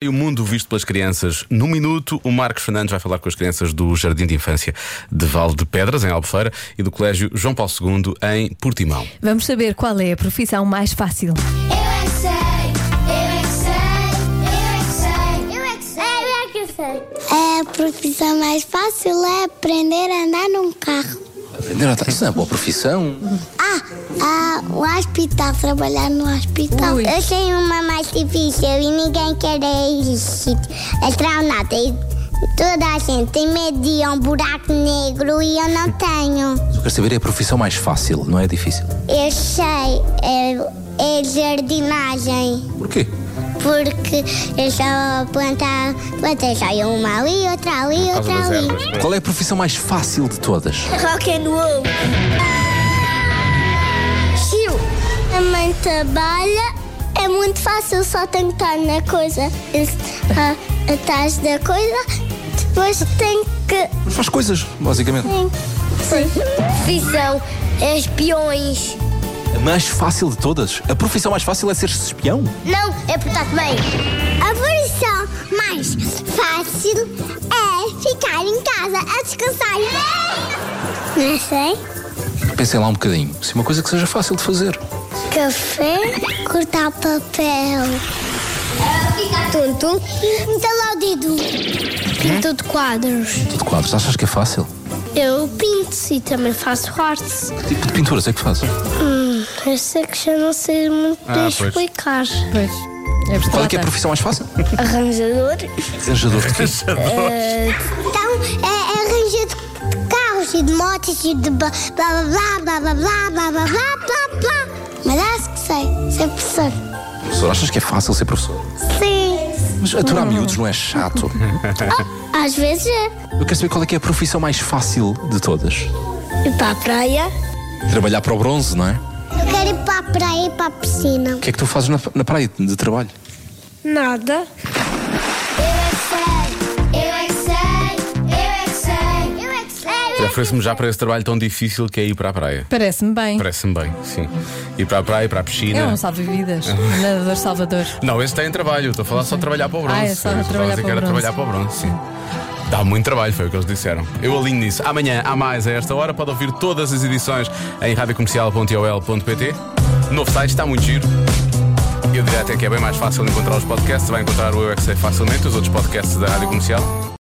E o mundo visto pelas crianças. Num minuto, o Marcos Fernandes vai falar com as crianças do Jardim de Infância de Val de Pedras, em Albufeira, e do Colégio João Paulo II, em Portimão. Vamos saber qual é a profissão mais fácil. Eu é que sei, eu é que sei, eu é que sei, eu é que sei, eu é que sei. A profissão mais fácil é aprender a andar num carro. Não, tá- isso não é boa profissão. Ah, ah, o hospital, trabalhar no hospital. Ui. Eu sei uma mais difícil e ninguém quer é isso. É traunada. E toda a gente tem medo de ir a um buraco negro e eu não tenho. Mas eu quero saber, é a profissão mais fácil, não é difícil. Eu sei, é, é jardinagem. Porquê? Porque eu só plantar, plantei só uma ali, outra ali, outra ali. Qual é a profissão mais fácil de todas? Rock and roll. A mãe trabalha, é muito fácil, só tem que estar na coisa, está atrás da coisa, depois tem que Mas faz coisas, basicamente. Sim. Visão, espiões. A mais fácil de todas? A profissão mais fácil é ser espião? Não, é portar bem. A versão mais fácil é ficar em casa a descansar. Não sei. Pensem lá um bocadinho. Se uma coisa que seja fácil de fazer. Café. Cortar papel. Tonto. Entalar o dedo. Pinto de quadros. Tudo quadros, achas que é fácil? Eu pinto e também faço artes. Que tipo de pinturas é que fazes? Essa que já não sei muito Ah, pois. explicar. Pois. É Qual é que abstrata. é a profissão mais fácil? Arranjador. Arranjador de quê? Então, é, é arranjo de carros e de motos e de blá blá blá blá blá blá blá blá blá blá blá. Mas acho que sei, sei professor. Professor, achas que é fácil ser professor? Sim. Mas aturar miúdos não é chato. Às vezes é. Eu quero saber qual é que é a profissão mais fácil de todas. Ir para a praia. Trabalhar para o bronze, não é? Eu quero ir para a praia e para a piscina. O que é que tu fazes na, na praia de trabalho? Nada. Eu é que sei, eu é que sei, eu é que sei, eu é que sei. Ofereço-me já para esse trabalho tão difícil que é ir para a praia. Parece-me bem. Parece-me bem, sim. Ir para a praia, para a piscina. É um salva-vidas. Nadador Salvador. Não, esse tem trabalho. Estou a falar só de trabalhar para o bronze. Ah, é só Eu de estava trabalhar a dizer para o que era bronze. trabalhar para o bronze, sim. Dá muito trabalho, foi o que eles disseram. Eu alinho nisso. Amanhã, há mais a esta hora. Pode ouvir todas as edições em radiocomercial.ol.pt. Novo site, está muito giro. Eu diria até que é bem mais fácil encontrar os podcasts. Vai encontrar o Eu É Que Sei facilmente, os outros podcasts da Rádio Comercial.